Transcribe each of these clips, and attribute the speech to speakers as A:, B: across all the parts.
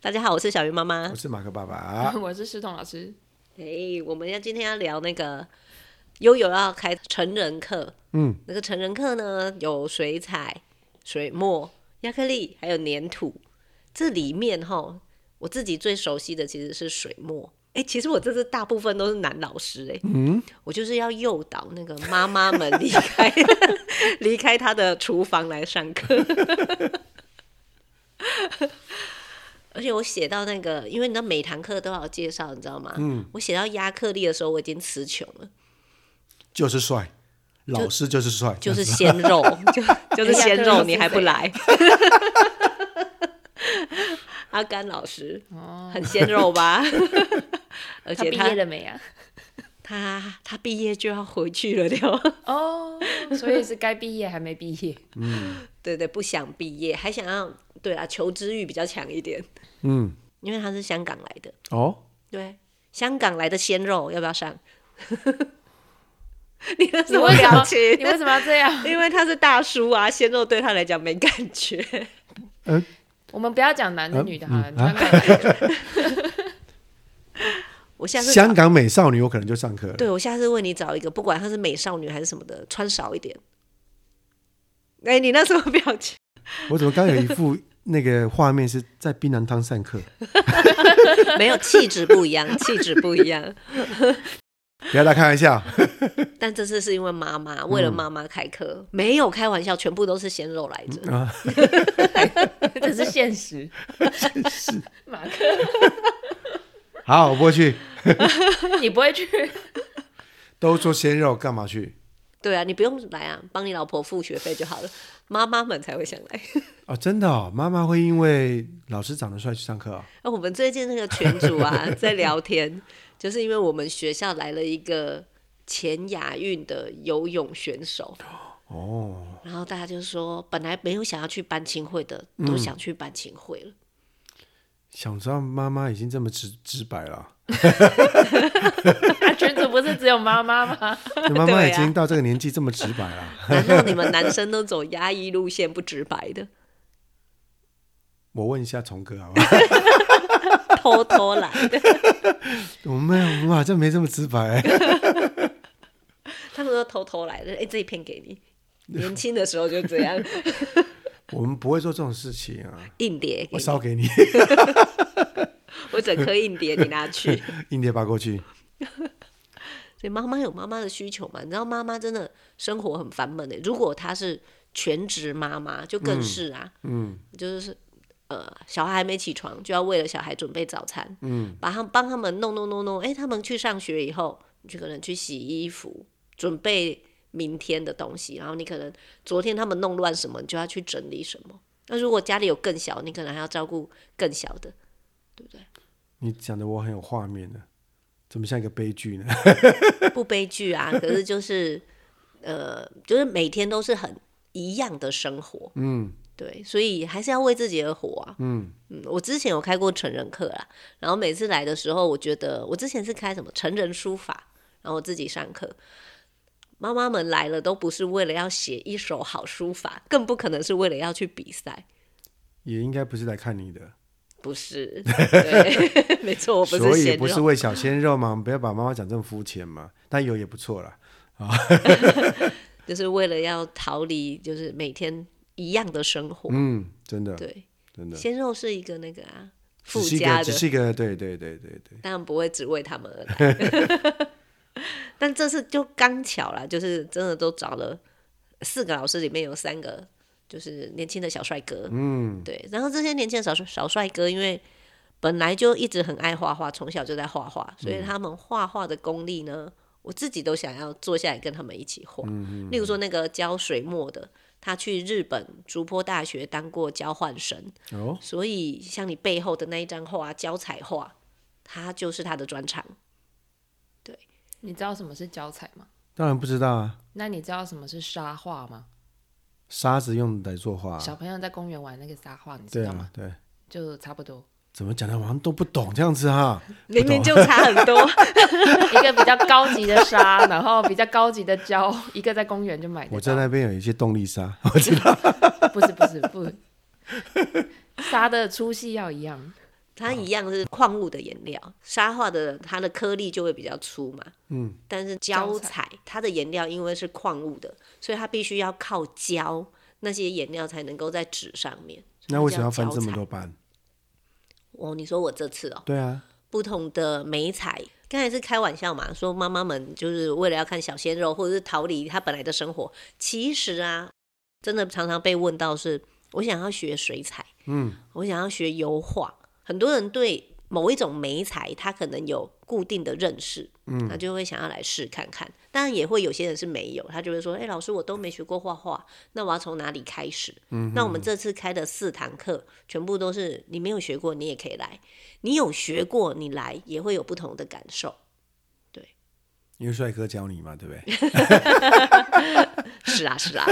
A: 大家好，我是小鱼妈妈
B: 我。是马克爸爸，
A: 嗯
C: 我是石彤老师，
A: 哎、我们要今天要聊那个悠悠要开成人课，
B: 嗯，
A: 那个成人课呢有水彩、水墨、亚克力，还有粘土。这里面哈，我自己最熟悉的其实是水墨。哎、其实我这次大部分都是男老师哎、嗯，我就是要诱导那个妈妈们离开 离开他的厨房来上课。而且我写到那个，因为你知道每堂课都要有介绍，你知道吗？嗯，我写到亚克力的时候，我已经词穷了，
B: 就是帅，老师就是帅，
A: 就是鲜肉，就就是鲜肉，你还不来？ 阿甘老师，很鲜肉吧？而
C: 他
A: 且
C: 毕
A: 他
C: 业了没啊？
A: 他他毕业就要回去了了，
C: 哦，所以是该毕业还没毕 业。
A: 对对，不想毕业，还想要对啊，求知欲比较强一点，
B: 嗯，
A: 因为他是香港来的，
B: 哦，
A: 对，香港来的鲜肉要不要上？ 你的什
C: 你
A: 么
C: 为什
A: 表
C: 么
A: 情？？
C: 你为什么要这样？
A: 因为他是大叔啊，鲜肉对他来讲没感觉。
C: 我们不要讲男的女的好了，
B: 嗯
C: 你看看
A: 我下次
B: 香港美少女我可能就上课了，
A: 对我下次为你找一个，不管她是美少女还是什么的，穿少一点。哎、你那什么表情？
B: 我怎么刚有一副那个画面是在槟榔汤上课？
A: 没有气质不一样，气质不一样。
B: 不要大家开玩笑，
A: 但这次是因为妈妈，为了妈妈开课，没有开玩笑，全部都是鲜肉来着。
C: 这是 现实。 马克，
B: 好，我不会去，
C: 你不会去？
B: 都说鲜肉干嘛去？
A: 对啊，你不用来啊，帮你老婆付学费就好了。妈妈们才会想来。
B: 哦，真的哦，妈妈会因为老师长得帅去上课哦，
A: 那我们最近那个群主啊，在聊天，就是因为我们学校来了一个前亚运的游泳选手，
B: 哦，
A: 然后大家就说，本来没有想要去班亲会的，都
B: 嗯
A: 想去班亲会了。
B: 想知道妈妈已经这么直直 白了，啊
C: 他群主不是只有妈妈吗？
B: 妈妈
A: 对
B: 已
A: 啊
B: 经到这个年纪这么直白了，啊
A: 难道你们男生都走压抑路线不直白的，
B: 我问一下虫哥好不好？
A: 偷偷来的？
B: 我们我们好像没这么直白、
A: 他们都偷偷来的，哎、这一片给你。年轻的时候就这样
B: 我们不会做这种事情 啊，
A: 硬碟给
B: 我
A: 你，
B: 烧给你。
A: 我整颗硬碟你拿去。
B: 硬碟拔过去，
A: 所以妈妈有妈妈的需求嘛，你知道妈妈真的生活很烦闷的、如果她是全职妈妈，就更是啊，
B: 嗯，
A: 就是呃，小孩还没起床就要为了小孩准备早餐，嗯，把他帮他们弄弄弄弄，哎、他们去上学以后，你就可能去洗衣服，准备明天的东西，然后你可能昨天他们弄乱什么，你就要去整理什么。那如果家里有更小，你可能还要照顾更小的，
B: 你讲的我很有画面呢，怎么像一个悲剧呢？
A: 不悲剧啊，可是就是呃，就是每天都是很一样的生活，
B: 嗯
A: 对，所以还是要为自己而活啊。
B: 嗯，
A: 嗯，我之前有开过成人课啦，然后每次来的时候，我觉得我之前是开什么成人书法，然后我自己上课。妈妈们来了都不是为了要写一手好书法，更不可能是为了要去比赛，
B: 也应该不是来看你的，
A: 不是？对，没错，我不
B: 所
A: 是
B: 以
A: 闲
B: 不是
A: 肉，
B: 为小鲜肉嘛，不要把妈妈讲这么肤浅嘛。但有也不错啦，
A: 就是为了要逃离，就是每天一样的生活。
B: 嗯，真的
A: 对，
B: 真的，
A: 鲜肉是一个那个啊附
B: 只是一
A: 加
B: 个
A: 的，
B: 只是一个，对对对对对，
A: 当然不会只为他们而来。 但这次就刚巧啦，就是真的都找了四个老师，里面有三个就是年轻的小帅哥，
B: 嗯，
A: 对。然后这些年轻的小帅小帅哥，因为本来就一直很爱画画，从小就在画画，所
B: 嗯
A: 以他们画画的功力呢，我自己都想要坐下来跟他们一起画。
B: 嗯
A: 例如说那个教水墨的，他去日本竹坡大学当过交换生，
B: 哦，
A: 所以像你背后的那一张画，胶彩画，它就是他的专 长。
C: 你知道什么是胶彩吗？
B: 当然不知道啊，
C: 那你知道什么是沙画吗？
B: 沙子用来做画啊，
C: 小朋友在公园玩那个沙画，你知
B: 对
C: 道吗
B: 啊？对，
C: 就差不多，
B: 怎么讲的，我好像都不懂这样子啊哈，
A: 明明就差很 多，
C: 一个比较高级的沙，然后比较高级的胶，一个在公园就买得到。
B: 我在那边有一些动 力沙，
C: 不是不是不，沙的粗细要一样。
A: 它一样是矿物的颜料，沙画的它的颗粒就会比较粗嘛，
B: 嗯，
A: 但是胶
C: 胶彩
A: 彩它的颜料因为是矿物的，所以它必须要靠胶那些颜料才能够在纸上面。
B: 那为什么要分
A: 所以叫
B: 这么
A: 胶彩？
B: 多班？
A: 哦，你说我这次哦，
B: 对啊，
A: 不同的美彩。刚才是开玩笑嘛，说妈妈们就是为了要看小鲜肉，或者是逃离她本来的生活。其实啊，真的常常被问到是，我想要学水彩，
B: 嗯，
A: 我想要学油画。很多人对某一种美彩，他可能有固定的认识，嗯，他就会想要来试看看。当然也会有些人是没有，他就会说，哎、老师，我都没学过画画，那我要从哪里开始？嗯，那我们这次开的四堂课，全部都是你没有学过，你也可以来。你有学过，你来也会有不同的感受。
B: 因为帅哥教你嘛，对不 对？
A: 是啊，是啊，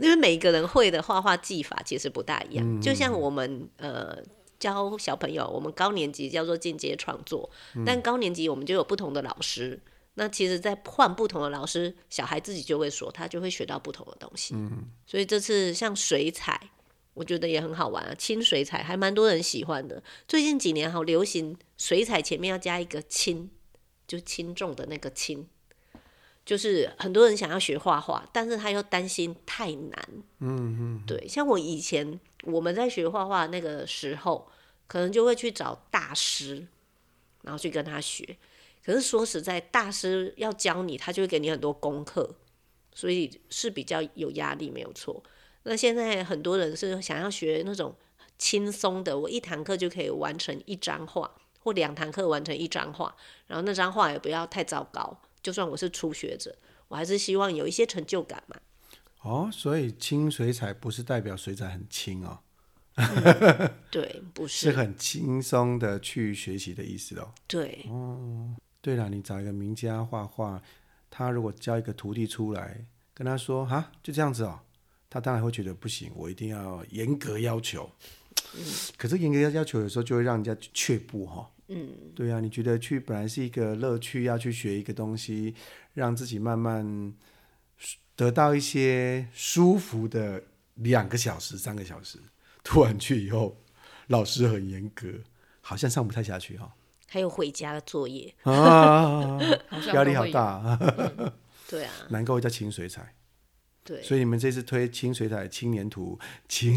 A: 因为每个人会的画画技法其实不大一样。就像我们呃教小朋友，我们高年级叫做进阶创作，但高年级我们就有不同的老师。那其实，在换不同的老师，小孩自己就会说，他就会学到不同的东西。所以这次像水彩，我觉得也很好玩啊，清水彩还蛮多人喜欢的。最近几年好流行水彩前面要加一个轻，就轻重的那个轻。就是很多人想要学画画，但是他又担心太难。嗯嗯，对，像我以前我们在学画画那个时候，可能就会去找大师，然后去跟他学。可是说实在，大师要教你，他就会给你很多功课，所以是比较有压力，没有错。那现在很多人是想要学那种轻松的，我一堂课就可以完成一张画，或两堂课完成一张画，然后那张画也不要太糟糕。就算我是初学者，我还是希望有一些成就感嘛。
B: 哦，所以清水彩不是代表水彩很轻哦，
A: 对，不是，
B: 是很轻松的去学习的意思哦。
A: 对，
B: 对了，你找一个名家画画，他如果教一个徒弟出来，跟他说哈，就这样子哦，他当然会觉得不行，我一定要严格要求。
C: 嗯
B: 可是严格要求有时候就会让人家却步哈、嗯，对啊，你觉得去本来是一个乐趣，要去学一个东西，让自己慢慢得到一些舒服的两个小时、三个小时，突然去以后，老师很严格，好像上不太下去哈、
A: 还有回家的作业，
B: 啊，
C: 好像
B: 压
C: 都
B: 力好
C: 会有
B: 大，啊，
A: 对啊，
B: 难怪我叫清水彩。
A: 对，
B: 所以你们这次推清水彩、青年图、青，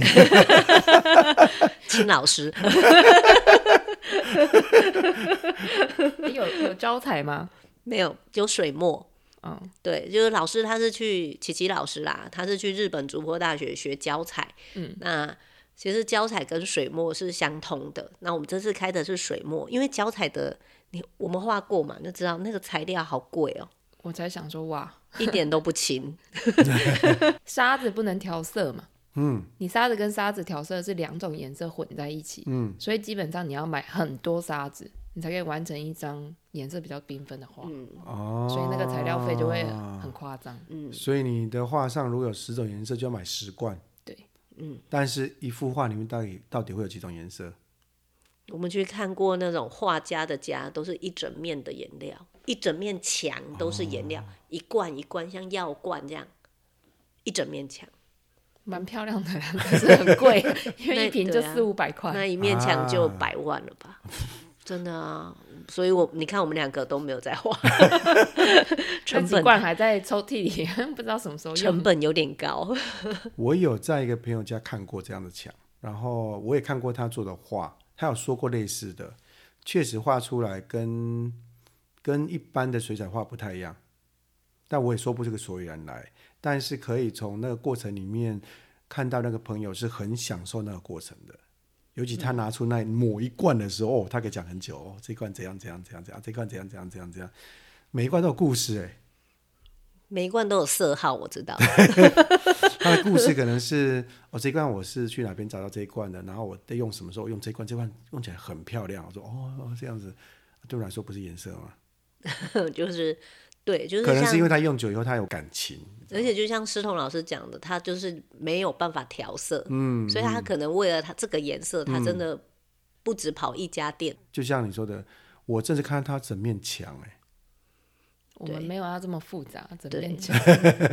A: 金老师
C: 诶哎有有招财吗？
A: 没有有水墨，
C: 嗯，
A: 对，就是老师他是去琪琪老师啦，他是去日本筑波大学学胶彩，嗯，那其实胶彩跟水墨是相通的。那我们这次开的是水墨，因为胶彩的你我们画过嘛，你就知道那个材料好贵哦、
C: 我才想说哇，
A: 一点都不轻。
C: 沙子不能调色嘛。嗯，你沙子跟沙子调色是两种颜色混在一起，嗯，所以基本上你要买很多沙子，你才可以完成一张颜色比较缤纷的画，
A: 嗯
B: 哦，
C: 所以那个材料费就会很夸张。
A: 嗯
B: 所以你的画上如果有十种颜色，就要买十罐。
C: 对，
B: 嗯，但是一幅画里面到底到底会有几种颜色？
A: 我们去看过那种画家的家，都是一整面的颜料，一整面墙都是颜料，一罐一罐像药罐这样，一整面墙，
C: 蛮漂亮的，可是很 贵，因为一瓶就
A: 对啊
C: 四五百块。
A: 那一面墙就
B: 啊
A: 百万了吧？ 真的啊，所以我你看我们两个都没有在画，
C: 那
A: 成
C: 几
A: 本
C: 罐还在抽屉里，不 知道什么时候用。
A: 成本有点高，
B: 我有在一个朋友家看过这样的墙，然后我也看过他做的画，他有说过类似的，确实画出来跟跟一般的水彩画不太一样，但我也说不出个所以然来。但是可以从那个过程里面看到那个朋友是很享受那个过程的，尤其他拿出那某一罐的时候，哦，他可以讲很久哦，这一罐怎样怎样怎样怎样，这一罐怎样怎样怎样怎样，每一罐都有故事哎、
A: 每一罐都有色号，我知道。
B: 他的故事可能是哦，这一罐我是去哪边找到这一罐的，然后我在用什么时候用这一罐，这罐用起来很漂亮。我说哦哦这样子，对我来说不是颜色嘛，
A: 就是对，就是
B: 可能
A: 像
B: 是因为他用久以后他有感情，
A: 而且就像师彤老师讲的，他就是没有办法调色，嗯，所以他可能为了他这个颜色，他真的不止跑一家店，
B: 就像你说的，我甚至看到他整面墙哎、
C: 我们没有要这么复杂，整
A: 对
C: 面墙。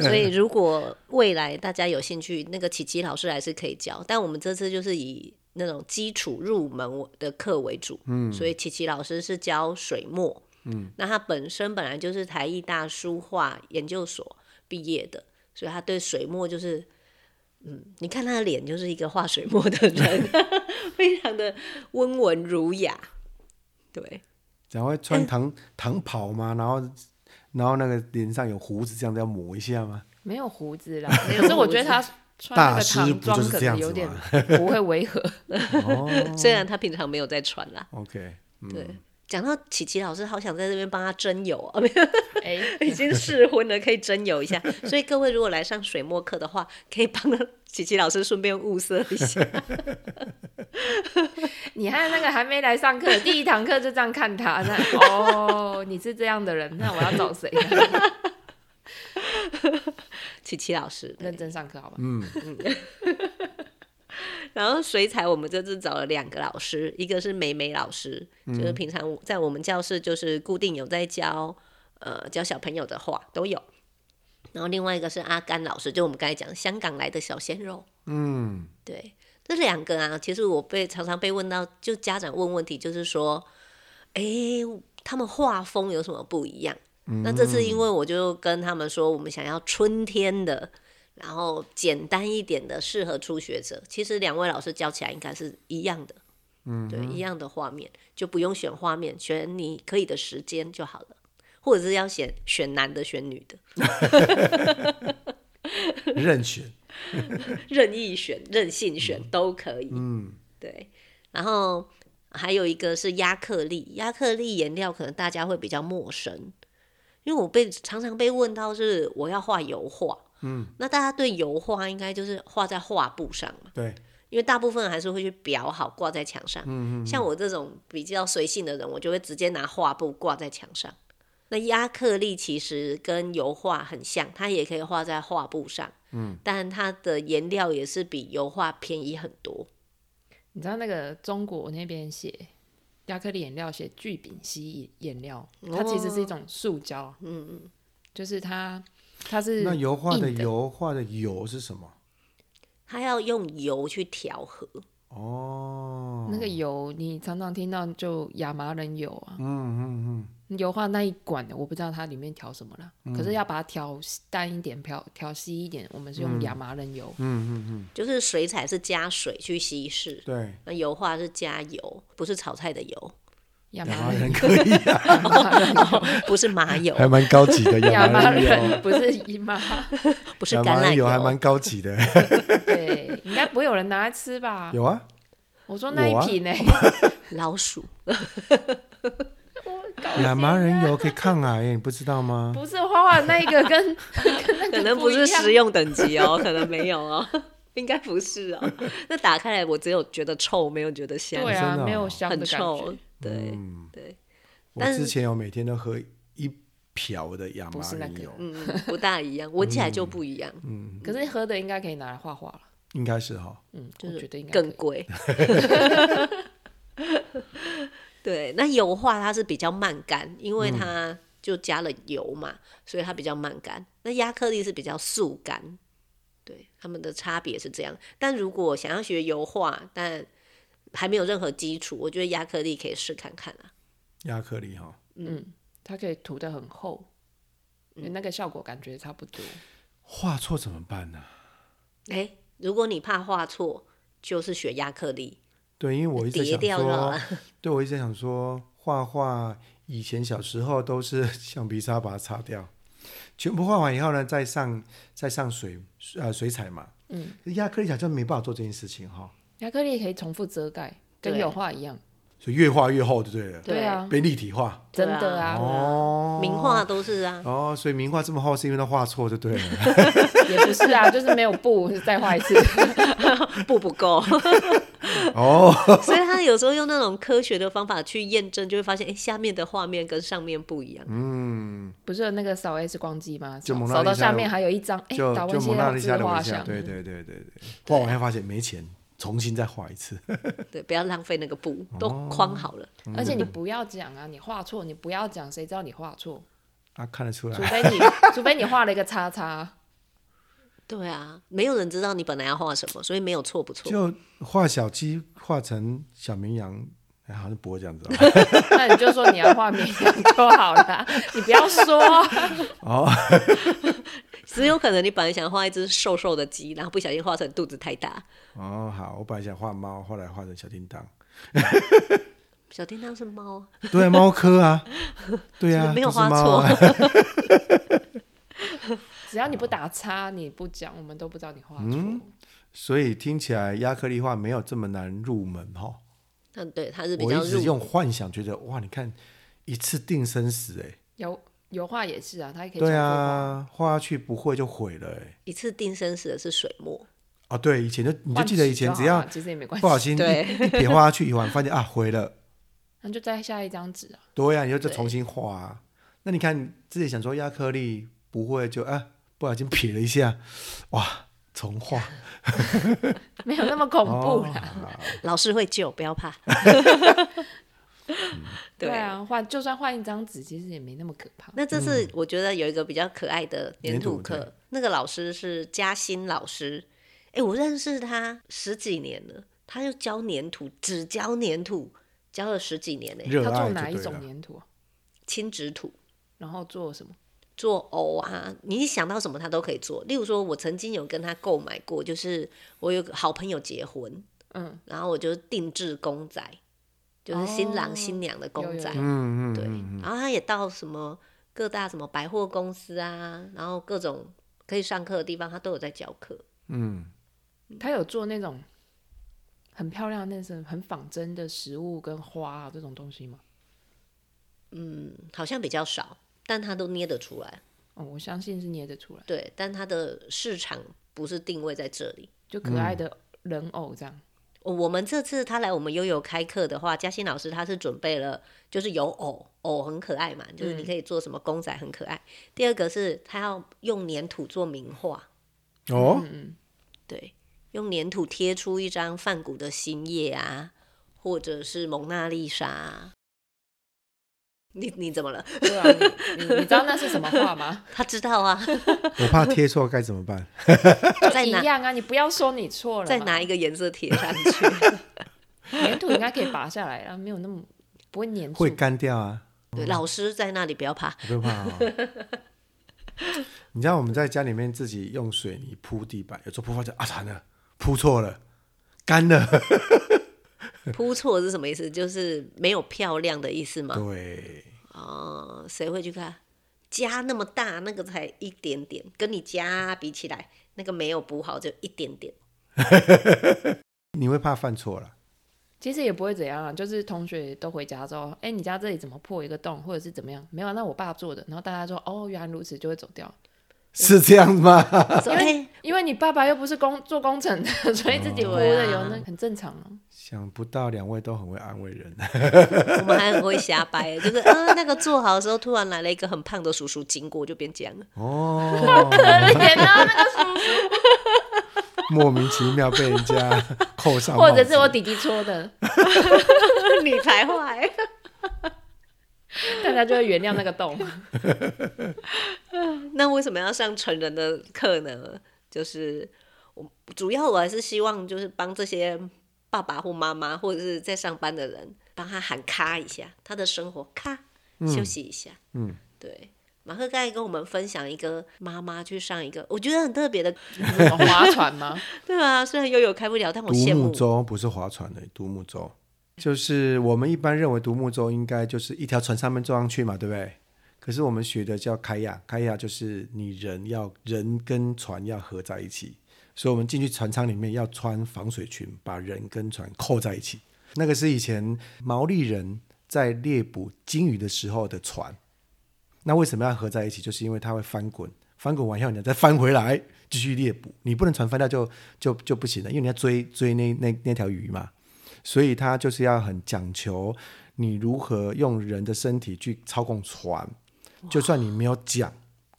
A: 所以如果未来大家有兴趣，那个琪琪老师还是可以教，但我们这次就是以那种基础入门的课为主，嗯，所以琪琪老师是教水墨，嗯，那他本身本来就是台艺大书画研究所毕业的，所以他对水墨就是，嗯，你看他的脸就是一个画水墨的人， 非常的温文儒雅，对，
B: 然后
C: 嗯
B: 穿唐唐袍嘛，然后然后那个脸上有胡子，这样子要抹一下吗？
C: 没有胡子啦，
A: 没有
C: 可是我
A: 胡
C: 觉得
A: 子
C: 他穿那
B: 大
C: 个
B: 师
C: 唐
B: 不
C: 装
B: 就是
C: 可
B: 这样
C: 能有
B: 子
C: 点
B: 吗
C: 不会违和。
B: 哦
A: 虽然他平常没有在穿啦，
B: ，OK，嗯
A: 对。讲到琪琪老师，好想在这边帮他征友啊！没有，
C: 哎、
A: 已经试婚了，可以征友一下。所以各位如果来上水墨课的话，可以帮他琪琪老师顺便物色一下。
C: 你看那个还没来上课，第一堂课就这样看他， 那哦，你是这样的人，那我要找谁？
A: 琪琪老师，
C: 认真上课好吧？
B: 嗯
C: 嗯
A: 然后水彩我们这次找了两个老师，一个是美美老师，就是平常在我们教室就是固定有在教呃教小朋友的画都有，然后另外一个是阿甘老师，就我们刚才讲香港来的小鲜肉，
B: 嗯，
A: 对，这两个啊，其实我被常常被问到，就家长问问题，就是说，诶，他们画风有什么不一样？
B: 嗯
A: 那这次因为我就跟他们说，我们想要春天的，然后简单一点的，适合初学者。其实两位老师教起来应该是一样的，嗯，对，一样的画面，就不用选画面，选你可以的时间就好了，或者是要选选男的，选女的。
B: 任选，
A: 任意选、任性选都可以。嗯，对。然后还有一个是亚克力，亚克力颜料可能大家会比较陌生，因为我被常常被问到是我要画油画。嗯，那大家对油画应该就是画在画布上嘛，
B: 对，
A: 因为大部分还是会去裱好挂在墙上。嗯嗯像我这种比较随性的人，我就会直接拿画布挂在墙上。那亚克力其实跟油画很像，它也可以画在画布上，嗯，但它的颜料也是比油画便宜很多。
C: 你知道那个中国那边写亚克力颜料写聚丙烯颜料，它其
B: 哦
C: 实是一种塑胶，嗯嗯，就是它它是
B: 那油画的
C: 硬的
B: 油画的油是什么？
A: 它要用油去调和，
B: 哦，
C: 那个油，你常常听到就亚麻仁油啊，
B: 嗯嗯
C: 油画那一管的，我不知道它里面调什么了，
B: 嗯
C: 可是要把它调淡一点，调调稀一点，我们是用亚麻仁油
B: 嗯，嗯嗯
A: 就是水彩是加水去稀释
B: 嗯，，对，
A: 那油画是加油，不是炒菜的油，
C: 亚
B: 亚
C: 麻
B: 麻
C: 仁
B: 仁可以啊，
A: 不是麻油，
B: 还蛮高级的 亚
C: 亚
B: 麻
C: 麻
B: 仁油，
C: 仁不是姨妈，
A: 不是
B: 亚
A: 橄
B: 麻
A: 榄
B: 仁油还蛮高级的，
C: 对，应该不会有人拿来吃吧？
B: 有啊，
C: 我说那一
B: 我啊
C: 瓶呢、欸
A: 老鼠。
B: 亚麻仁油可以抗癌耶，你不知道吗？
C: 啊不是画画的那一个跟 跟那个
A: 可能不
C: 一
A: 是
C: 样
A: 食用等级哦， 可能没有哦，应该不是哦。 那打开来，我只有觉得臭，没有觉得香，
C: 对
B: 真
C: 啊
B: 的，哦
C: 没有香的
A: 很
C: 感
A: 臭
C: 觉。。
A: 对、
B: 嗯
A: 对，
B: 我
A: 但是
B: 之前有每天都喝一瓢的亚麻仁油，
A: 嗯，不大一样，闻起来就不一样，
C: 可是喝的应该可以拿来画画了，
B: 嗯应该是哈。
C: 嗯，
A: 就
C: 我觉
A: 是
C: 得应该可
A: 更
C: 以
A: 贵。 对，那油画它是比较慢干，因为它就加了油嘛，所以它比较慢干。那亚克力是比较速干，对，它们的差别是这样。但如果想要学油画，但还没有任何基础，我觉得亚克力可以试看看啊。
B: 亚克力哈，
C: 嗯，它可以涂的很厚，那个效果感觉差不多。
B: 画错怎么办呢、
A: 哎，如果你怕画错，就是学亚克力，
B: 对，因为我一直
A: 叠
B: 想
A: 掉就好
B: 说
A: 了，。
B: 对我一直想说，画画以前小时候都是 橡皮擦把它擦掉，全部画完以后呢，再上再上水呃水彩嘛。嗯，亚克力好像没办法做这件事情哈、
C: 亚克力可以重复遮盖，跟
A: 对
C: 油画一样。
B: 所以越画越厚就对了，
A: 对
C: 对啊，
B: 被立体化。
C: 真的
A: 对
C: 啊，
B: 哦
A: 名画都是啊，
B: 哦，所以名画这么厚是因为它画错就对了。
C: 也不是啊，就是没有布， 再画一次。
A: 布不够。
B: 哦，
A: 所以他有时候用那种科学的方法去验证，就会发现，哎、下面的画面跟上面不一样。
B: 嗯，
C: 不是有那个扫 S 光机吗？
B: 就
C: 扫
B: 蒙娜
C: 扫到
B: 丽莎
C: 下
B: 的
C: 面还有一张，哎，
B: 就
C: 达文
B: 就
C: 西
B: 蒙娜丽
C: 自
B: 莎的
C: 画
B: 微笑，
C: 像。
B: 对对对对对，画完以后发现没钱，重新再画一次。
A: 对，不要浪费那个布，都框好了。
B: 哦嗯
C: 而且你不要讲啊，你画错，你不要讲，谁知道你画错？
B: 啊，看得出来
C: 除。非你， 除非你画了一个叉叉，
A: 对啊，没有人知道你本来要画什么，所以没有错不错。
B: 就画小鸡画成小绵羊，哎好像不会这样子、
C: 那你就说你要画绵羊就好了， 你不要说。
B: 哦。哦，
A: 只有可能你本来想画一只瘦瘦的鸡，然后不小心画成肚子太大。
B: 哦，好，我本来想画猫，后来画成小叮当。
A: 小叮当是猫啊，
B: 对啊，猫科 啊，对啊，
A: 没有
B: 就是
A: 画
B: 猫啊
C: 只要你不打叉，你不讲，我们都不知道你画 错。
B: 嗯所以听起来亚克力画没有这么难入门哈、哦。
A: 嗯，对，它是比
B: 我
A: 较
B: 一直
A: 入，
B: 用幻想觉得哇，你看一次定生死哎，
C: 油油画也是啊，它也可以
B: 对
C: 重复画，
B: 啊，画下去不会就毁了哎。
A: 一次定生死的是水墨，
B: 哦，对，以前就你就
C: 换
B: 记得以
C: 纸
B: 前
C: 好
B: 只要
C: 了其实也没关
B: 不小
C: 系，
B: 心
A: 对
B: 一一撇画下去一碗，发现啊毁了，
C: 那就再下一张纸啊。
B: 对呀、啊，你就再
A: 对
B: 重新画、啊。那你看你自己想说亚克力不会就啊不小心撇了一下，哇，重画
C: 没有 那么恐怖
B: 哦
C: 啦。
B: 好
A: 老师会救，不要 怕。
C: 对，啊，换就算换一张纸，其实也没那么可怕。
A: 那这
C: 嗯
A: 次我觉得有一个比较可爱的粘土课，
B: 粘土
A: 那个老师是嘉欣老师，哎，我认识他十几年了，他就教粘土，只教粘土，教了十几年呢，
B: 热
C: 他做
B: 爱
C: 哪一
B: 就对
C: 种
B: 了。
C: 粘土啊？
A: 亲纸土。
C: 然后做什么？
A: 做偶啊，你想到什么他都可以做。例如说，我曾经有跟他购买过，就是我有个好朋友结婚，
C: 嗯，
A: 然后我就定制公仔，就是新郎
C: 哦
A: 新娘的公仔，
C: 有有
B: 嗯嗯，
A: 对
B: 嗯。
A: 然后他也到什么各大什么百货公司啊，然后各种可以上课的地方，他都有在教课。
B: 嗯，
C: 他有做那种很漂亮的那种很仿真的食物跟花啊这种东西吗？
A: 嗯，好像比较少，但他都捏得出来。
C: 哦，我相信是捏得出来，
A: 对，但他的市场不是定位在这里。
C: 就可
B: 嗯
C: 爱的人偶这样。
A: 哦我们这次他来我们悠悠开课的话，嘉欣老师他是准备了，就是有偶，偶很可爱嘛，
B: 嗯
A: 就是你可以做什么公仔很可爱。第二个是他要用粘土做名画，
C: 嗯
B: 哦，
A: 对，用粘土贴出一张梵谷的新叶啊，或者是蒙娜丽莎啊。你你怎么了？
C: 对啊，你你你知道那是什么画 吗？
A: 他知道啊，
B: 我怕贴错该怎么 办？
A: 再
C: 一
A: 拿
C: 样啊，你不要说你错了嘛。
A: 再拿一个颜色贴上去。
C: 粘土应该可以拔下来啊，没有那么不会粘住
B: 会。干掉啊，
A: 对，老师在那里不要怕，
B: 我不怕、 哦。你知道我们在家里面自己用水泥铺地板，有时候铺发现啊惨了，铺错了，干 了。
A: 扑错是什么意思？就是没有漂亮的意思吗？
B: 对，
A: 哦，谁会去看？加那么大，那个才一点点，跟你加比起来，那个没有补好就一点点。
B: 你会怕犯错了。
C: 其实也不会怎样啊，就是同学都回家之后，哎、你家这里怎么破一个洞，或者是怎么样？没有啊，那我爸做的。然后大家说，哦，原来如此，就会走掉。
B: 是这样 吗？
A: 所以
C: 因为你爸爸又不是工做工程的， 所以自己铺的
A: 对啊
C: 有那很正常啊。
B: 想不到两位都很会安慰 人，
A: 我们还很会瞎掰，就是啊，那个做好的时候，突然来了一个很胖的叔叔经过，就变这样了。
B: 哦，
C: 可怜 啊，那个
B: 莫名其妙被人家扣上帽
C: 或
B: 子，
C: 者是我弟弟搓的，
A: 你才坏，
C: 大家就会原谅那个 洞。
A: 那为什么要上成人的课呢？就是我主要我还是希望就是帮这些爸爸或妈妈，或者是在上班的人，帮他喊咔一下，他的生活咔休息一下。
B: 嗯，
A: 对。马克刚才跟我们分享一个妈妈去上一个，我觉得很特别的，
C: 什么划船吗？
A: 对啊，虽然悠悠开不了，但我
B: 独
A: 羡
B: 木
A: 慕。
B: 舟不是划船的，独木舟就是我们一般认为独木舟应该就是一条船上面坐上去嘛，对不对？可是我们学的叫开亚，开亚就是你人要人跟船要合在一起，所以我们进去船舱里面要穿防水裙，把人跟船扣在一起。那个是以前毛利人在猎捕鲸鱼的时候的船。那为什么要合在一起？就是因为它会翻滚，翻滚完以后你再翻回来继续猎捕，你不能船翻掉就就就不行了，因为你要追追那那那条鱼嘛，所以它就是要很讲求你如何用人的身体去操控船，就算你没有桨，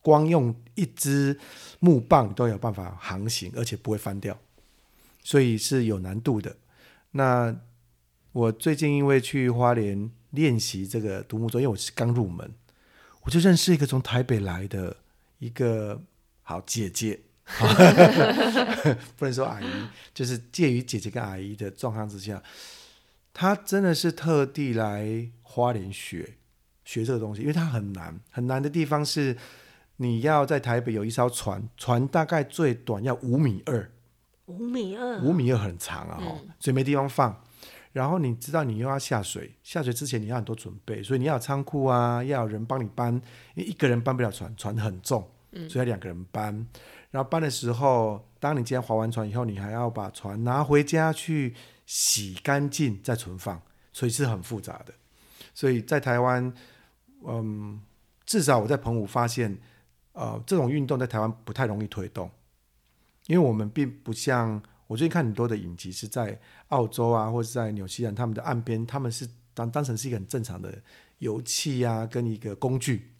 B: 光用一只木棒你都有办法航行，而且不会翻掉，所以是有难度的。那我最近因为去花莲练习这个独木舟，因为我是刚入门，我就认识一个从台北来的一个好姐姐，不能说阿姨，就是介于姐姐跟阿姨的状况之下，她真的是特地来花莲学学这个东西，因为它很难，很难的地方是你要在台北有一艘船，船大概最短要五米二，
A: 五米二，
B: 五米又很长啊、哦，所以没地方放。然后你知道你又要下水，下水之前你要很多准备，所以你要有仓库啊，要有人帮你搬，因为一个人搬不了船，船很重，所以要两个人搬。然后搬的时候，当你今天划完船以后，你还要把船拿回家去洗干净再存放，所以是很复杂的。所以在台湾，嗯，至少我在澎湖发现，呃，这种运动在台湾不太容易推动。因为我们并不像我最近看很多的影集是在澳洲啊，或者是在纽西兰他们的岸边，他们是当当成是一个很正常的油气啊，跟一个工具。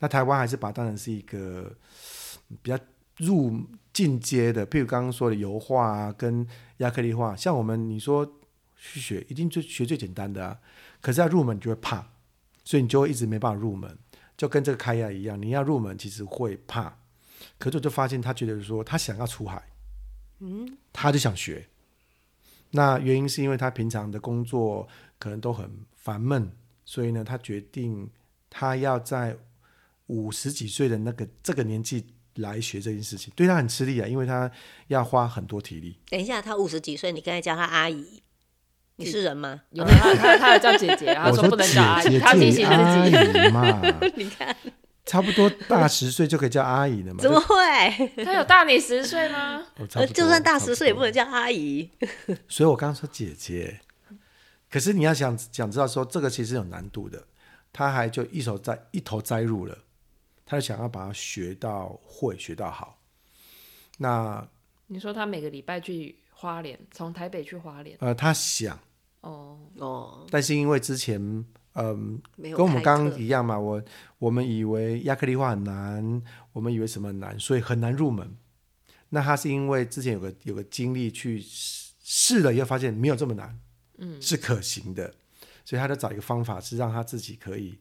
B: 那台湾还是把它当成是一个嗯比较入进阶的，譬如刚刚说的油画啊，跟亚克力画，像我们你说去学，一定最学最简单的啊，可是要入门你就会怕，所以你就会一直没办法入门，就跟这个开亚一样，你要入门其实会怕。可是我就发现他觉得说他想要出海，嗯，他就想学。那原因是因为他平常的工作可能都很烦闷，所以呢，他决定他要在五十几岁的那个这个年纪来学这件事情，对他很吃力啊，因为他要花很多体力。
A: 等一下，他五十几岁，你刚才叫他阿姨，你是人吗？哦
C: 有没有他他他有叫姐姐，然后
B: 我
C: 啊说不能
B: 姐
C: 叫阿姨，
B: 姐，啊
C: 他
B: 这
C: 提醒
B: 也
C: 自
B: 阿
C: 己，
B: 姨嘛，
A: 你看
B: 差不多大十岁就可以叫阿姨了嘛，
A: 怎么会？
C: 他有大你十岁吗？
B: 哦差不多
A: 就算大
B: 差不
A: 十岁也
B: 多
A: 不能叫阿姨。
B: 所以我刚刚说姐姐，可是你要想想知道说这个其实有难度的，他还就一手栽一头栽入了，他就想要把它学到会，学到好。那
C: 你说他每个礼拜去花莲，从台北去花莲，
B: 呃，他想，
C: 哦，
A: 哦，
B: 但是因为之前嗯、
A: 没有
B: 跟我们
A: 开
B: 刚
A: 课
B: 刚一样嘛，我我们以为亚克力化很难，我们以为什么很难，所以很难入门。那他是因为之前有个有个经历去试试了以后，发现没有这么难，嗯，是可行的，所以他就找一个方法是让他自己可以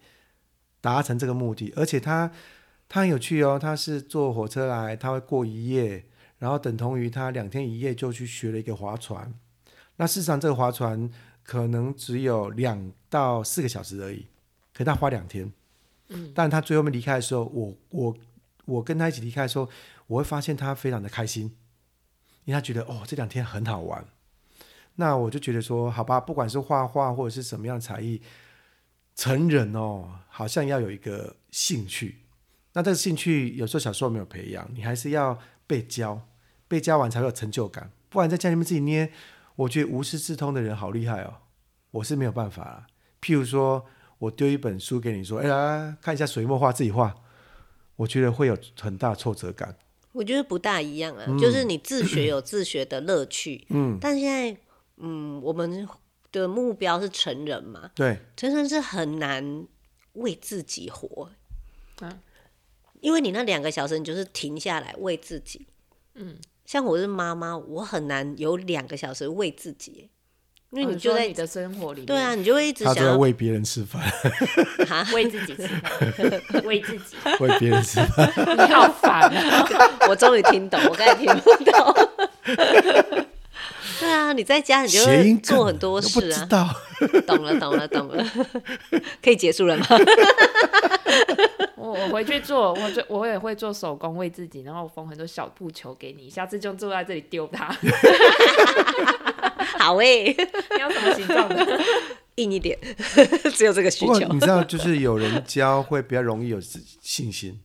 B: 达成这个目的。而且他他很有趣哦，他是坐火车来，他会过一夜，然后等同于他两天一夜就去学了一个划船。那事实上，这个划船可能只有两到四个小时而已，可他花两天。嗯，但他最后面离开的时候，我我我跟他一起离开的时候，我会发现他非常的开心，因为他觉得哦这两天很好玩。那我就觉得说，好吧，不管是画画或者是什么样的才艺，成人哦，好像要有一个兴趣。那这个兴趣有时候小时候没有培养，你还是要被教，被教完才会有成就感。不然在家里面自己捏，我觉得无师自通的人好厉害哦，我是没有办法啦。譬如说，我丢一本书给你说，哎、来看一下水墨画，自己画，我觉得会有很大挫折感。
A: 我觉得不大一样
B: 嗯
A: 啊，就是你自学有自学的乐趣，嗯，但现在，嗯，我们的目标是成人嘛，
B: 对，
A: 成人是很难为自己活，
C: 啊，
A: 因为你那两个小时，你就是停下来为自己，嗯，像我是妈妈，我很难有两个小时为自己，因为
C: 哦
A: 你就
C: 说
A: 在
C: 你的生活里面，
A: 对 啊，，你就会一直
B: 他
A: 想
B: 都在
A: 要
B: 喂别人吃饭，
A: 哈，
C: 为自己吃饭， 为自己，
B: 喂别人吃饭。
C: 你好烦啊！
A: 我终于听懂，我刚才听不懂。 对啊，你在家 你就
B: 谐
A: 会
B: 音梗
A: 做很多
B: 都不
A: 事
B: 知
A: 啊，
B: 道。
A: 懂了，懂了，懂 了，可以结束了吗？
C: 我我回去做，我就我也会做手工为自己，然后我缝很多小布球给你，下次就坐在这里丢它，
A: 好诶、
C: 你要什么形状的？
A: 硬一点， 只有这个需
B: 不过
A: 求。
B: 你知道，就是有人教会比较容易有自信心，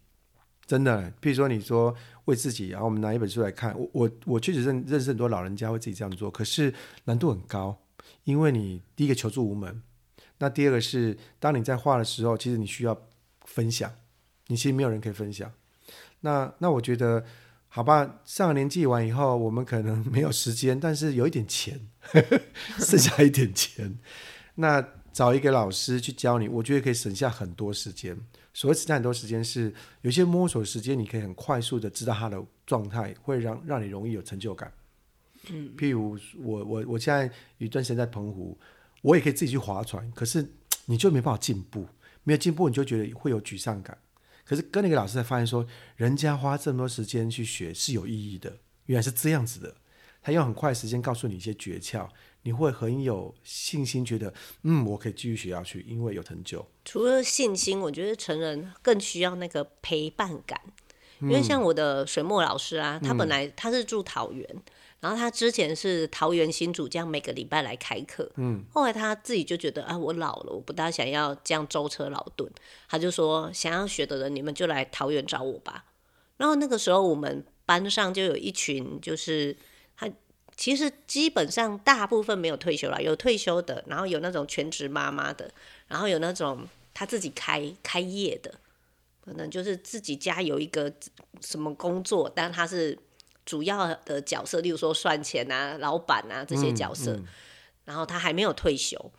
B: 真的。譬如说，你说为自己，然后我们拿一本书来看，我我我确实认认识很多老人家会自己这样做，可是难度很高，因为你第一个求助无门，那第二个是当你在画的时候，其实你需要分享，你其实没有人可以分享。那那我觉得。好吧，上了年纪完以后，我们可能没有时间，但是有一点钱， 剩下一点钱，那找一个老师去教你，我觉得可以省下很多时间。所谓省下很多时间是，有些摸索时间，你可以很快速的知道他的状态，会让让你容易有成就感。嗯，譬如我我我现在有一段时间在澎湖，我也可以自己去划船，可是你就没办法进步，没有进步你就觉得会有沮丧感。可是跟那个老师才发现说，人家花这么多时间去学是有意义的，原来是这样子的。他用很快的时间告诉你一些诀窍，你会很有信心，觉得嗯，我可以继续学下去，因为有成就。
A: 除了信心，我觉得成人更需要那个陪伴感。因为像我的水墨老师啊，他本来他是住桃园，然后他之前是桃园新主这样每个礼拜来开课，嗯，后来他自己就觉得啊，我老了，我不大想要这样舟车劳顿，他就说想要学的人你们就来桃园找我吧。然后那个时候我们班上就有一群就是其实基本上大部分没有退休啦，有退休的，然后有那种全职妈妈的，然后有那种他自己开开业的，可能就是自己家有一个什么工作，但他是主要的角色，例如说算钱啊、老板啊这些角
B: 嗯
A: 色，然后他还没有退休。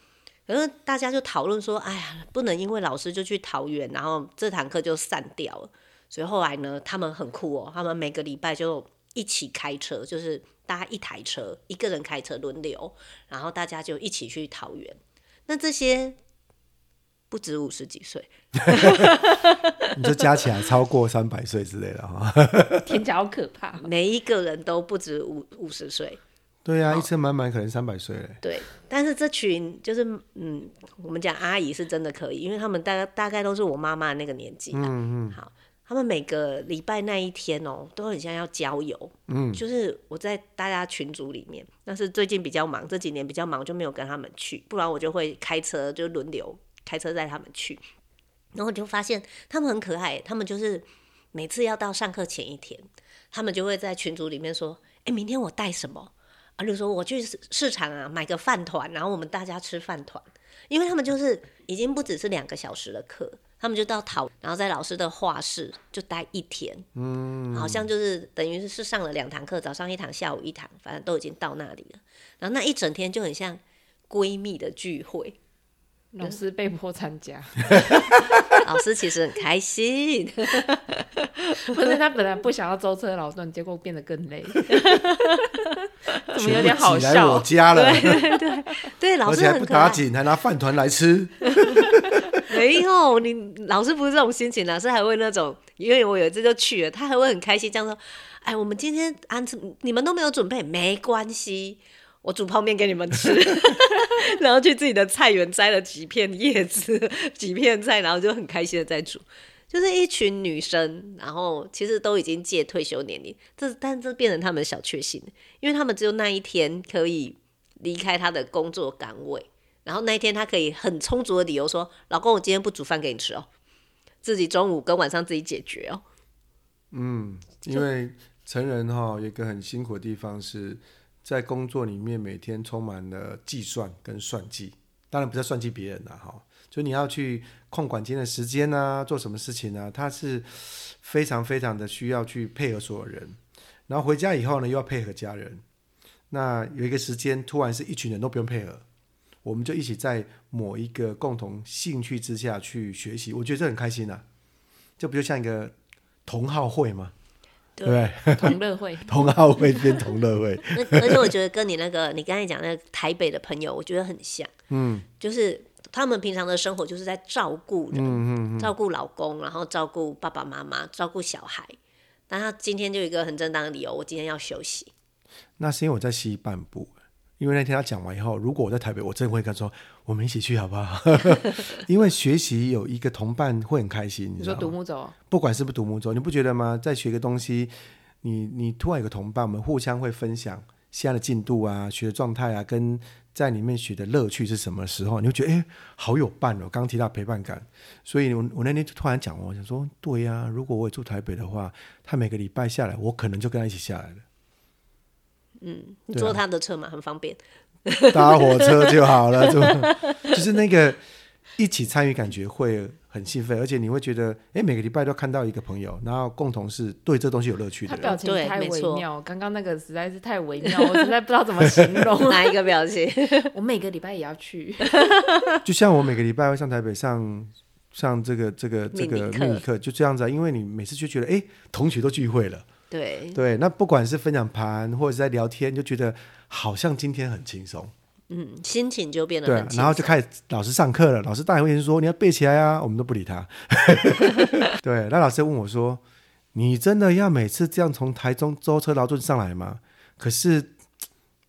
A: 可是大家就讨论说，哎呀，不能因为老师就去桃园，然后这堂课就散掉了。所以后来呢，他们很酷哦，他们每个礼拜就一起开车，就是搭一台车，一个人开车轮流，然后大家就一起去桃园。那这些不止五十几岁，
B: 你就加起来超过三百岁之类的哈。
C: 听起来好可怕。
A: 每一个人都不止五五十岁，
B: 对啊，一车满满可能三百岁嘞。
A: 对。但是这群就是嗯，我们讲阿姨是真的可以，因为他们大概大概都是我妈妈那个年纪、啊，嗯嗯，好。他们每个礼拜那一天哦，都很像要郊游。嗯，就是我在大家群组里面，但是最近比较忙，这几年比较忙，我就没有跟他们去，不然我就会开车就轮流开车带他们去。然后我就发现他们很可爱，他们就是每次要到上课前一天，他们就会在群组里面说：“哎，明天我带什么？”啊，就说我去市市场啊买个饭团，然后我们大家吃饭团，因为他们就是已经不只是两个小时的课。他们就到桃，然后在老师的画室就待一天，嗯，好像就是等于是上了两堂课，早上一堂，下午一堂，反正都已经到那里了。然后那一整天就很像闺蜜的聚会，
C: 老师被迫参加，
A: 老师其实很开心，
C: 不是他本来不想要舟车劳顿，结果变得更 累，怎么有点好
B: 全部挤来我
C: 笑？
B: 家了，
A: 对，老
B: 而
A: 师
B: 且还
A: 很
B: 不
A: 可
B: 打
A: 爱。
B: 紧，还拿饭团来吃。
A: 没有，你老师不是这种心情，老师还会那种，因为我有一次就去了，他还会很开心，这样说：“哎，我们今天安吃，你们都没有准备，没关系，我煮泡面给你们吃。” 然后去自己的菜园摘了几片叶子、几片菜，然后就很开心的在煮。就是一群女生，然后其实都已经届退休年龄，这但这变成他们的小确幸，因为他们只有那一天可以离开他的工作岗位，然后那一天他可以很充足的理由说：“老公，我今天不煮饭给你吃哦，自己中午跟晚上自己解决哦。
B: 嗯，因为成人哈、有一个很辛苦的地方是在工作里面每天充满了计算跟算计，当然不是算计别人啦、哈，就你要去控管今天的时间啊，做什么事情啊，他是非常非常的需要去配合所有人，然后回家以后呢又要配合家人，那有一个时间突然是一群人都不用配合。我们就一起在某一个共同兴趣之下去学习，我觉得这很开心啊！这不就像一个同好会嘛，对不对？
C: 同乐会，
B: 同好会变同乐会，
A: 那 而且我觉得跟你那个你刚才讲那个台北的朋友，我觉得很像。嗯，就是他们平常的生活就是在照顾
B: 嗯
A: 人，照顾老公，然后照顾爸爸妈妈，照顾小孩。但他今天就有一个很正当的理由，我今天要休息。
B: 啊那是因为我在西半部，因为那天他讲完以后，如果我在台北，我真的会跟他说，我们一起去好不好？ 因为学习有一个同伴会很开心，你
C: 你
B: 知
C: 说
B: 道吗
C: 独木舟，
B: 不管是不是独木舟，你不觉得吗？在学一个东西，你你突然有个同伴，我们互相会分享现在的进度啊、学的状态啊，跟在里面学的乐趣是什么时候，你会觉得哎、诶好有伴哦。刚刚提到陪伴感，所以我我那天就突然讲，我想说，对呀、如果我也住台北的话，他每个礼拜下来，我可能就跟他一起下来了，
A: 你
B: 对啊
A: 坐他的车嘛，很方便。
B: 搭火车就好了，就就是那个一起参与，感觉会很兴奋，而且你会觉得，哎、每个礼拜都看到一个朋友，然后共同是对这东西有乐趣的人。
C: 他表情
A: 对
C: 太
A: 没
C: 微
A: 错
C: 妙，刚刚那个实在是太微妙，我实在不知道怎么形容。
A: 哪一个表情？
C: 我每个礼拜也要去，
B: 就像我每个礼拜会上台北上上这个这个这个
A: 命理课
B: 秘密课，就这样子、啊，因为你每次就觉得哎，诶同学都聚会了，
A: 对，
B: 对，那不管是分享盘或者是在聊天，就觉得好像今天很轻松，
A: 嗯，心情就变得
B: 对啊
A: 很，轻
B: 然后就开始老师上课了，老师大喊一声说：“你要背起来啊！”我们都不理他。 对，那老师问我说：“你真的要每次这样从台中舟车劳顿上来吗？”可是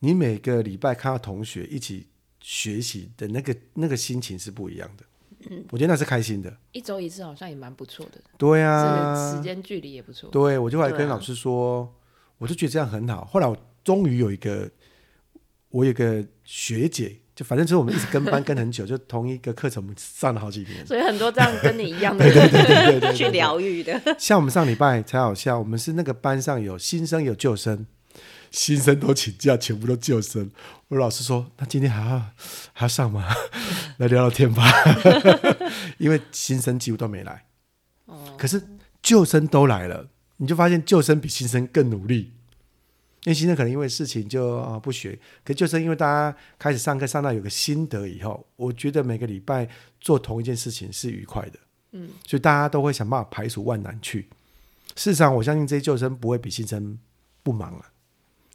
B: 你每个礼拜看到同学一起学习的那个那个心情是不一样的。
A: 嗯
B: 我觉得那是开心的。
C: 一周一次好像也蛮不错的，
B: 对
C: 这
B: 啊，
C: 个时间距离也不错。
B: 对，我就后来
A: 对
B: 跟
A: 啊
B: 老师说，我就觉得这样很好。后来我终于有一个，我有一个学姐，就反正就是我们一直跟班跟很久，就同一个课程我们上了好几年。
C: 所以很多这样跟你一样的人，
B: 对对对
A: 去
B: 对
A: 疗愈的，
B: 像我们上礼拜才好笑，我们是那个班上有新生有旧生，新生都请假，全部都旧生。我老师说，那今天还要还要上吗？来聊聊天吧， 因为新生几乎都没来，可是旧生都来了，你就发现旧生比新生更努力。因为新生可能因为事情就啊、不学，可旧生因为大家开始上课上到有个心得以后，我觉得每个礼拜做同一件事情是愉快的。所以大家都会想办法排除万难去。事实上，我相信这些救生不会比新生不忙啊。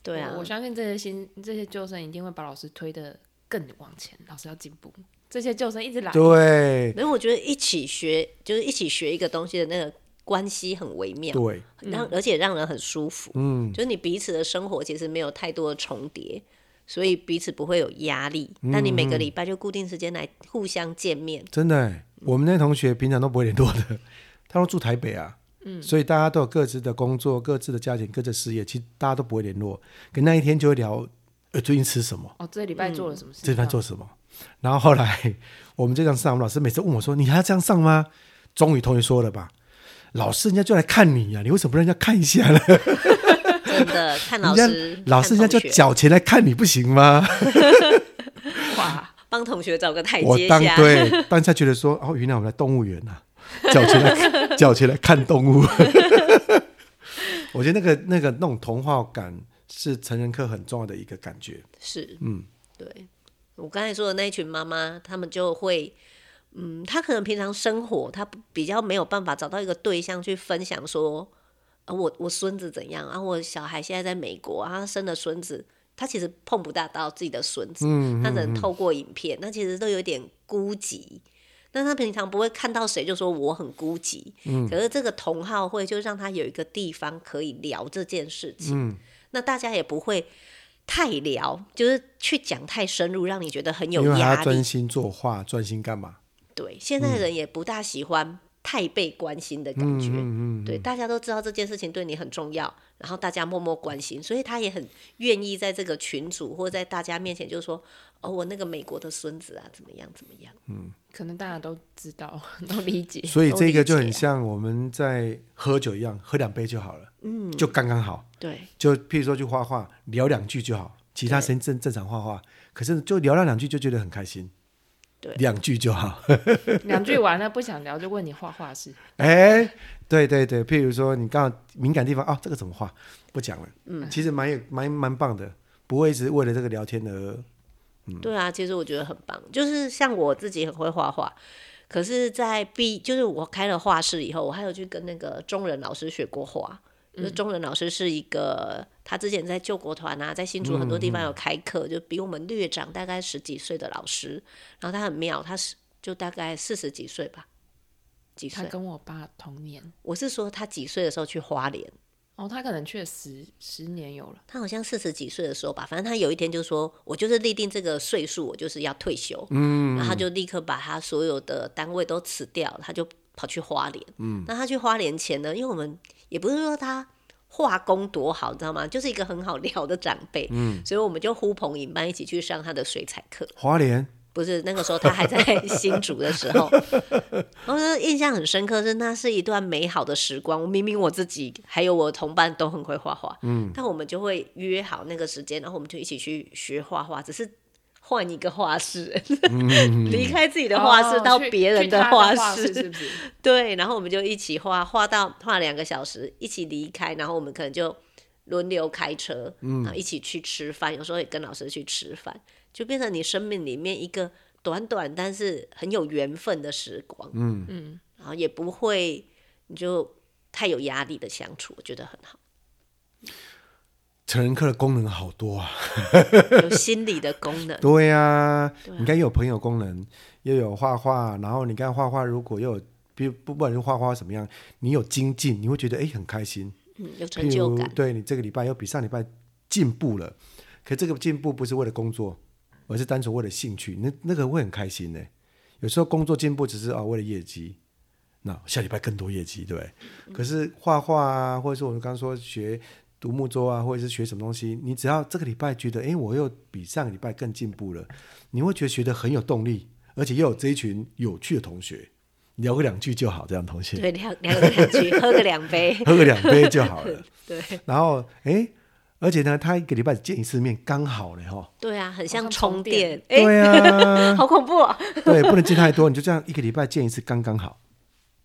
A: 对啊
C: 我，我相信这些新这些救生一定会把老师推得更往前，老师要进步。这些救生一直来，
B: 对
A: 没有，我觉得一起学就是一起学一个东西的那个关系很微妙，
B: 对，嗯
A: 让而且让人很舒服。嗯，就是你彼此的生活其实没有太多的重叠，所以彼此不会有压力。
B: 嗯
A: 那你每个礼拜就固定时间来互相见面，
B: 真的欸，我们那些同学平常都不会联络的， 他都住台北啊。所以大家都有各自的工作、各自的家庭、各自的事业，其实大家都不会联络。可那一天就会聊，呃，最近吃什么？
C: 哦，这礼拜
A: 嗯
C: 做了什么事？
B: 这班做什么？然后后来 我们就这样上，我们老师每次问我说：“你还要这样上吗？”终于同学说了吧，老师人家就来看你啊呀、你为什么不让人家看一下呢？
A: 真 的看老
B: 人
A: 师
B: 家，老师人
A: 看同
B: 家就
A: 学
B: 缴钱来看你不行吗？
C: 哇，
A: 帮同学找个台
B: 我
A: 阶
B: 当
A: 下。
B: 对当下觉得说，哦，原来我们在动物园啊，叫起来 叫起来看动物。 我觉得那个那个那种童话感是成人课很重要的一个感觉。
A: 是，嗯，对。我刚才说的那一群妈妈，她们就会，嗯，她可能平常生活，她不比较没有办法找到一个对象去分享说，啊、我我孙子怎样啊，我小孩现在在美国啊，他生了孙子，他其实碰不大到自己的孙子，
B: 嗯
A: 他只能透过影片，那其实都有点孤寂。那他平常不会看到谁就说我很孤寂，
B: 嗯
A: 可是这个同好会就让他有一个地方可以聊这件事情，
B: 嗯
A: 那大家也不会太聊，就是去讲太深入，让你觉得很有
B: 因为还
A: 压
B: 要专
A: 力。
B: 心作画，专心干嘛？
A: 对，现在人也不大喜欢太被关心的感觉。
B: 嗯嗯嗯，
A: 对，大家都知道这件事情对你很重要，然后大家默默关心，所以他也很愿意在这个群组或在大家面前就说：“哦，我那个美国的孙子啊，怎么样怎么样。
C: 可能大家都知道，都理解。
B: 所以
A: 都
B: 这
A: 理
B: 个就
A: 解
B: 很
A: 啊
B: 像我们在喝酒一样，喝两杯就好了，嗯，就刚刚好。”
A: 对，
B: 就譬如说去画画，聊两句就好，其他时间正正常画画。可是就聊那两句就觉得很开心，
A: 对
B: 两句就好。
C: 两句完了不想聊，就问你画画是，
B: 哎、对对对，譬如说你刚好敏感地方啊，这个怎么画？不讲了，嗯，其实蛮有蛮蛮棒的，不会一直为了这个聊天而
C: 嗯
A: 对啊，其实我觉得很棒。就是像我自己很会画画，可是，在毕就是我开了画室以后，我还有去跟那个中仁老师学过画。
C: 嗯
A: 就是中仁老师是一个，他之前在救国团啊，在新竹很多地方
C: 嗯
A: 有开课，就比我们略长大概十几岁的老师。然后他很妙，他是就大概四十几岁吧，几
C: 他
A: 岁？
C: 跟我爸同年，
A: 我是说他几岁的时候去花莲，
C: 哦，他可能去了十十年有了，
A: 他好像四十几岁的时候吧，反正他有一天就说：“我就是立定这个岁数，我就是要退休。”嗯，然后他就立刻把他所有的单位都辞掉，他就跑去花莲。嗯，那他去花莲前呢，因为我们也不是说他画工多好，你知道吗？就是一个很好聊的长辈。嗯，所以我们就呼朋引伴一起去上他的水彩课。
B: 花莲
A: 不是那个时候他还在 新竹的时候，然后呢印象很深刻是那是一段美好的时光。我明明我自己还有我的同伴都很会画画，嗯，但我们就会约好那个时间，然后我们就一起去学画画，只是换一个画 室， 离开自己的画室
C: 嗯哦
A: 到
C: 去
A: 别人
C: 去他的
A: 画
C: 室是不是？
A: 对，然后我们就一起画，画到画两个小时，一起离开，然后我们可能就轮流开车，嗯，然后一起去吃饭，有时候也跟老师去吃饭，就变成你生命里面一个短短但是很有缘分的时光，嗯嗯，然后也不会你就太有压力的相处，我觉得很好。
B: 成人课的功能好多啊。。
A: 有心理的功能
B: 对啊呀、你看又有朋友功能，又有画画，然后你看画画如果又有，比不不管是画画怎么样，你有精进，你会觉得哎很开心。
A: 嗯，有
B: 譬
A: 成就
B: 如
A: 感，
B: 对你这个礼拜又比上礼拜进步了，可这个进步不是为了工作，而是单纯为了兴趣，那那个会很开心呢。有时候工作进步只是啊为了业绩，那下礼拜更多业绩，对不
A: 嗯
B: 对？可是画画啊，或者是我们刚刚说学独木舟啊，或者是学什么东西，你只要这个礼拜觉得，诶，我又比上个礼拜更进步了，你会觉得学得很有动力，而且又有这一群有趣的同学，聊个两句就好，这样同学
A: 对，两两个两句，喝个两杯，
B: 喝个两杯就 好了。
A: 对
B: 然后诶，而且呢，他一个礼拜只见一次面，刚好呢，哈。
A: 对啊，很像
C: 像
A: 充
C: 充电
A: 电，哎、
B: 对啊，
A: 好恐怖、哦，
B: 对，不能见太多，你就这样一个礼拜见一次刚刚好，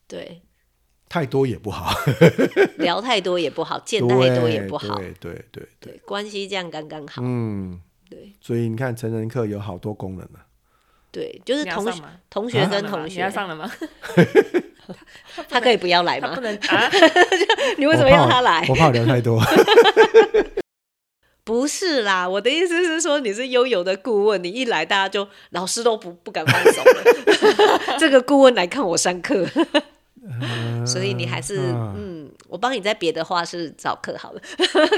A: 对，
B: 太多也不好，
A: 聊太多也不好，见
B: 对
A: 太多也不好，
B: 对对对对，
A: 对，关系这样刚刚好，
B: 嗯，
A: 对
B: 所以你看成人课有好多功能啊，
A: 对，就是
C: 你要
A: 同
C: 上
A: 学
C: 吗
A: 同 学跟
C: 上了吗
A: 同
C: 啊你
A: 学
C: 要，上了吗？
A: 他可以不要来
C: 他
A: 吗
C: 不？能啊，
A: 你
B: 我
A: 为什么
B: 怕
A: 要
B: 我
A: 他来
B: 我？怕我聊太 多，
A: 不是啦，我的意思是说，你是悠悠的顾问，你一来大家就老师都不不敢放手了。 这个顾问来看我上 课，所以你还是
B: 啊
A: 嗯，我帮你在别的画室找课 好了，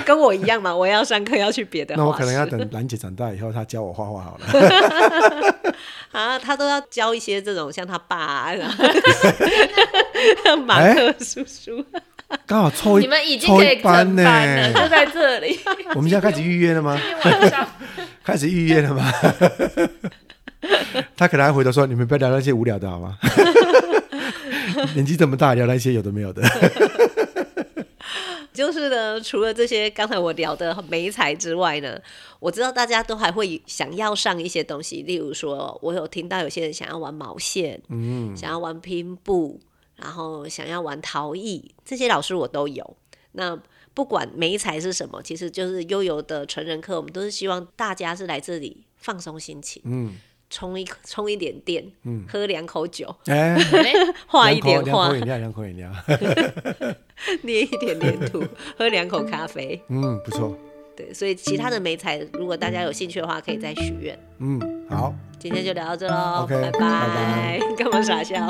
A: 跟我一样嘛，我要上课要去别的
B: 那我
A: 画
B: 可能
A: 室
B: 要等兰姐长大以后，她教我画画好 了。
A: 啊，他都要教一些这种像他爸、啊，然后马克叔叔，
B: 刚好凑一，
C: 你们已经
B: 凑
C: 可
B: 一
C: 以
B: 班
C: 成
B: 呢、
C: 班 了，就在这里。
B: 我们现在开始预约了吗？
C: 今天晚上
B: 开始预约了吗？ 他可能还回头说：“你们不要聊那些无聊的好 吗？年纪这么大，聊那些有的没有的。
A: 就是呢，除了这些刚才我聊的美彩之外呢，我知道大家都还会想要上一些东西，例如说，我有听到有些人想要玩毛线，嗯，想要玩拼布，然后想要玩陶艺，这些老师我都有。那不管美彩是什么，其实就是悠游的成人课，我们都是希望大家是来这里放松心情，
B: 嗯，
A: 充一充一点电，嗯，喝两口酒，
B: 哎，
A: 画
B: 两
A: 一点
B: 口两
A: 画
B: 口，饮料，两口饮料，
A: 捏一点点土，喝两口咖啡。
B: 嗯，不错，
A: 对，所以其他的美彩，如果大家有兴趣的话，可以再许愿。
B: 嗯，好。
A: 今天就聊到这喽
B: OK，
A: 拜
B: 拜拜
A: 拜，干嘛傻笑？